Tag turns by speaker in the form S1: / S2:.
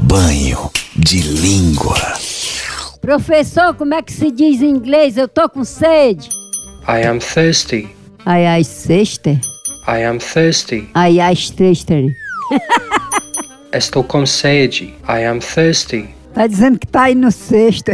S1: Banho de língua.
S2: Professor, como é que se diz em inglês? Eu tô com sede.
S3: I am thirsty.
S2: Ai, ai, sexta.
S3: I am thirsty.
S2: Ai, ai, sexta.
S3: Estou com sede. I am thirsty.
S2: Tá dizendo que tá aí no sexto.